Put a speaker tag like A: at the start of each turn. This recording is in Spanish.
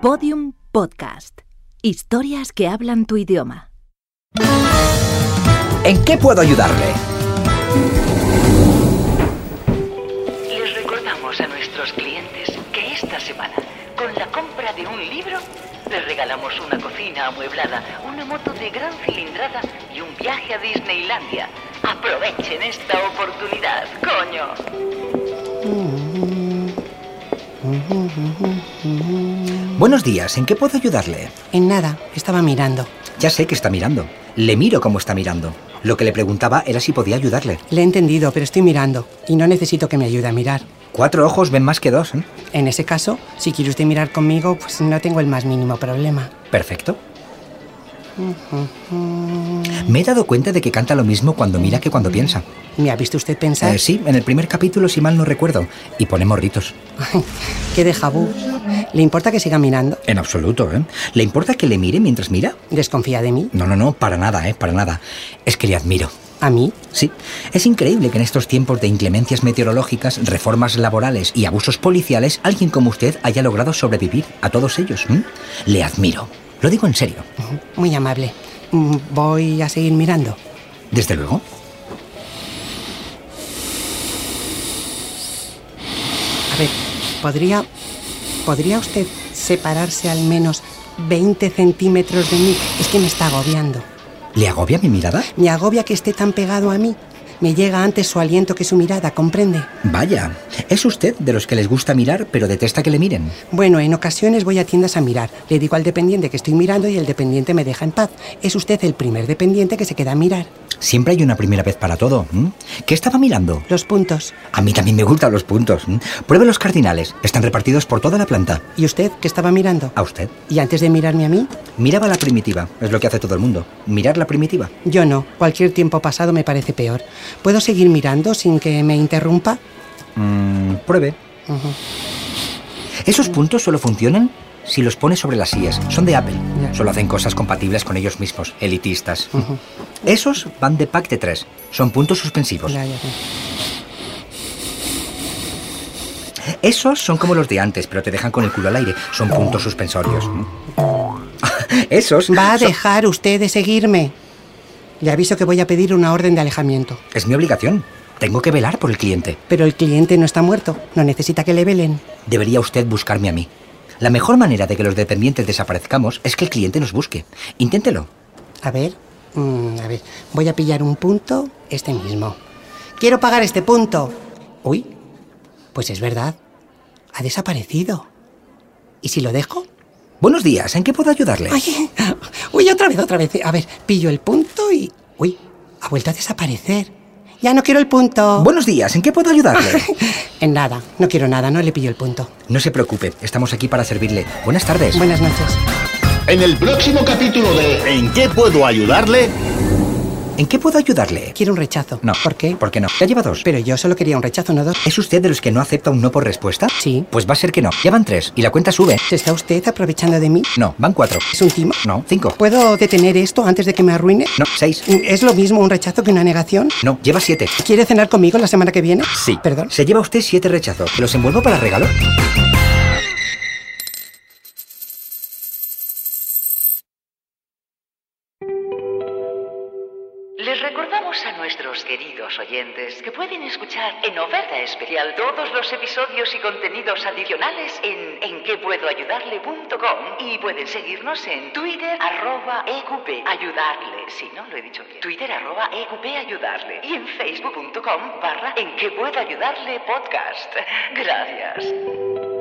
A: Podium Podcast. Historias que hablan tu idioma.
B: ¿En qué puedo ayudarle?
C: Les recordamos a nuestros clientes que esta semana, con la compra de un libro, les regalamos una cocina amueblada, una moto de gran cilindrada y un viaje a Disneylandia. Aprovechen esta oportunidad, coño.
B: Buenos días, ¿en qué puedo ayudarle?
D: En nada, estaba mirando.
B: Ya sé que está mirando. Le miro cómo está mirando. Lo que le preguntaba era si podía ayudarle.
D: Le he entendido, pero estoy mirando y no necesito que me ayude a mirar.
B: Cuatro ojos ven más que dos, ¿eh?
D: En ese caso, si quiere usted mirar conmigo, pues no tengo el más mínimo problema.
B: Perfecto. Me he dado cuenta de que canta lo mismo cuando mira que cuando piensa.
D: ¿Me ha visto usted pensar?
B: Eh, sí, en el primer capítulo, si mal no recuerdo. Y pone morritos.
D: ¿Qué deja vu? ¿Le importa que siga mirando?
B: En absoluto, ¿eh? ¿Le importa que le mire mientras mira?
D: ¿Desconfía de mí?
B: No, no, no, para nada, ¿eh? Para nada. Es que le admiro.
D: ¿A mí?
B: Sí, es increíble que en estos tiempos de inclemencias meteorológicas, reformas laborales y abusos policiales, alguien como usted haya logrado sobrevivir a todos ellos. ¿m? Le admiro. Lo digo en serio.
D: Muy amable. Mm, Voy a seguir mirando.
B: Desde luego.
D: A ver, ¿podría. ¿Podría usted separarse al menos 20 centímetros de mí? Es que me está agobiando.
B: ¿Le agobia mi mirada?
D: Me agobia que esté tan pegado a mí. Me llega antes su aliento que su mirada, ¿comprende?
B: Vaya, es usted de los que les gusta mirar, pero detesta que le miren.
D: Bueno, en ocasiones voy a tiendas a mirar. Le digo al dependiente que estoy mirando y el dependiente me deja en paz. Es usted el primer dependiente que se queda a mirar.
B: Siempre hay una primera vez para todo. ¿m? ¿Qué estaba mirando?
D: Los puntos.
B: A mí también me gustan los puntos. ¿m? Pruebe los cardinales. Están repartidos por toda la planta.
D: ¿Y usted qué estaba mirando?
B: A usted.
D: ¿Y antes de mirarme a mí?
B: Miraba la primitiva. Es lo que hace todo el mundo. Mirar la primitiva.
D: Yo no. Cualquier tiempo pasado me parece peor. ¿Puedo seguir mirando sin que me interrumpa?
B: Mm, pruebe.
D: Ujú.
B: Esos puntos solo funcionan si los pone sobre las sillas. Son de Apple.
D: Ya.
B: Solo hacen cosas compatibles con ellos mismos, elitistas. Esos van de pack de tres. Son puntos suspensivos.
D: Ya, ya, ya.
B: Esos son como los de antes, pero te dejan con el culo al aire. Son puntos suspensorios. Esos.
D: ¿Va a
B: son-
D: dejar usted de seguirme? Le aviso que voy a pedir una orden de alejamiento.
B: Es mi obligación. Tengo que velar por el cliente.
D: Pero el cliente no está muerto. No necesita que le velen.
B: Debería usted buscarme a mí. La mejor manera de que los dependientes desaparezcamos es que el cliente nos busque. Inténtelo.
D: A ver, mm, a ver, voy a pillar un punto, este mismo. Quiero pagar este punto. Uy, pues es verdad, ha desaparecido. ¿Y si lo dejo?
B: Buenos días, ¿en qué puedo ayudarle?
D: Ay, uy, otra vez, otra vez. A ver, pillo el punto y... Uy, ha vuelto a desaparecer. Ya no quiero el punto.
B: Buenos días, ¿en qué puedo ayudarle?
D: En nada, no quiero nada, no le pillo el punto.
B: No se preocupe, estamos aquí para servirle. Buenas tardes.
D: Buenas noches.
E: En el próximo capítulo de ¿En qué puedo ayudarle?
B: ¿En qué puedo ayudarle?
D: Quiero un rechazo.
B: No.
D: ¿Por qué?
B: ¿Por qué no? Ya lleva dos.
D: Pero yo solo quería un rechazo, no dos.
B: ¿Es usted de los que no acepta un no por respuesta?
D: Sí.
B: Pues va a ser que no. Ya van tres y la cuenta sube.
D: ¿Se está usted aprovechando de mí?
B: No, van cuatro.
D: ¿Es un timo?
B: No, cinco.
D: ¿Puedo detener esto antes de que me arruine?
B: No, seis.
D: ¿Es lo mismo un rechazo que una negación?
B: No, lleva siete.
D: ¿Quiere cenar conmigo la semana que viene?
B: Sí.
D: Perdón.
B: Se lleva usted siete rechazos. ¿Los envuelvo para regalo?
C: Les recordamos a nuestros queridos oyentes que pueden escuchar en oferta especial todos los episodios y contenidos adicionales en enquepuedoayudarle.com y pueden seguirnos en Twitter arroba EQP ayudarle, si no lo he dicho bien, Twitter arroba EQP ayudarle y en facebook.com barra en que puedo ayudarle podcast. Gracias.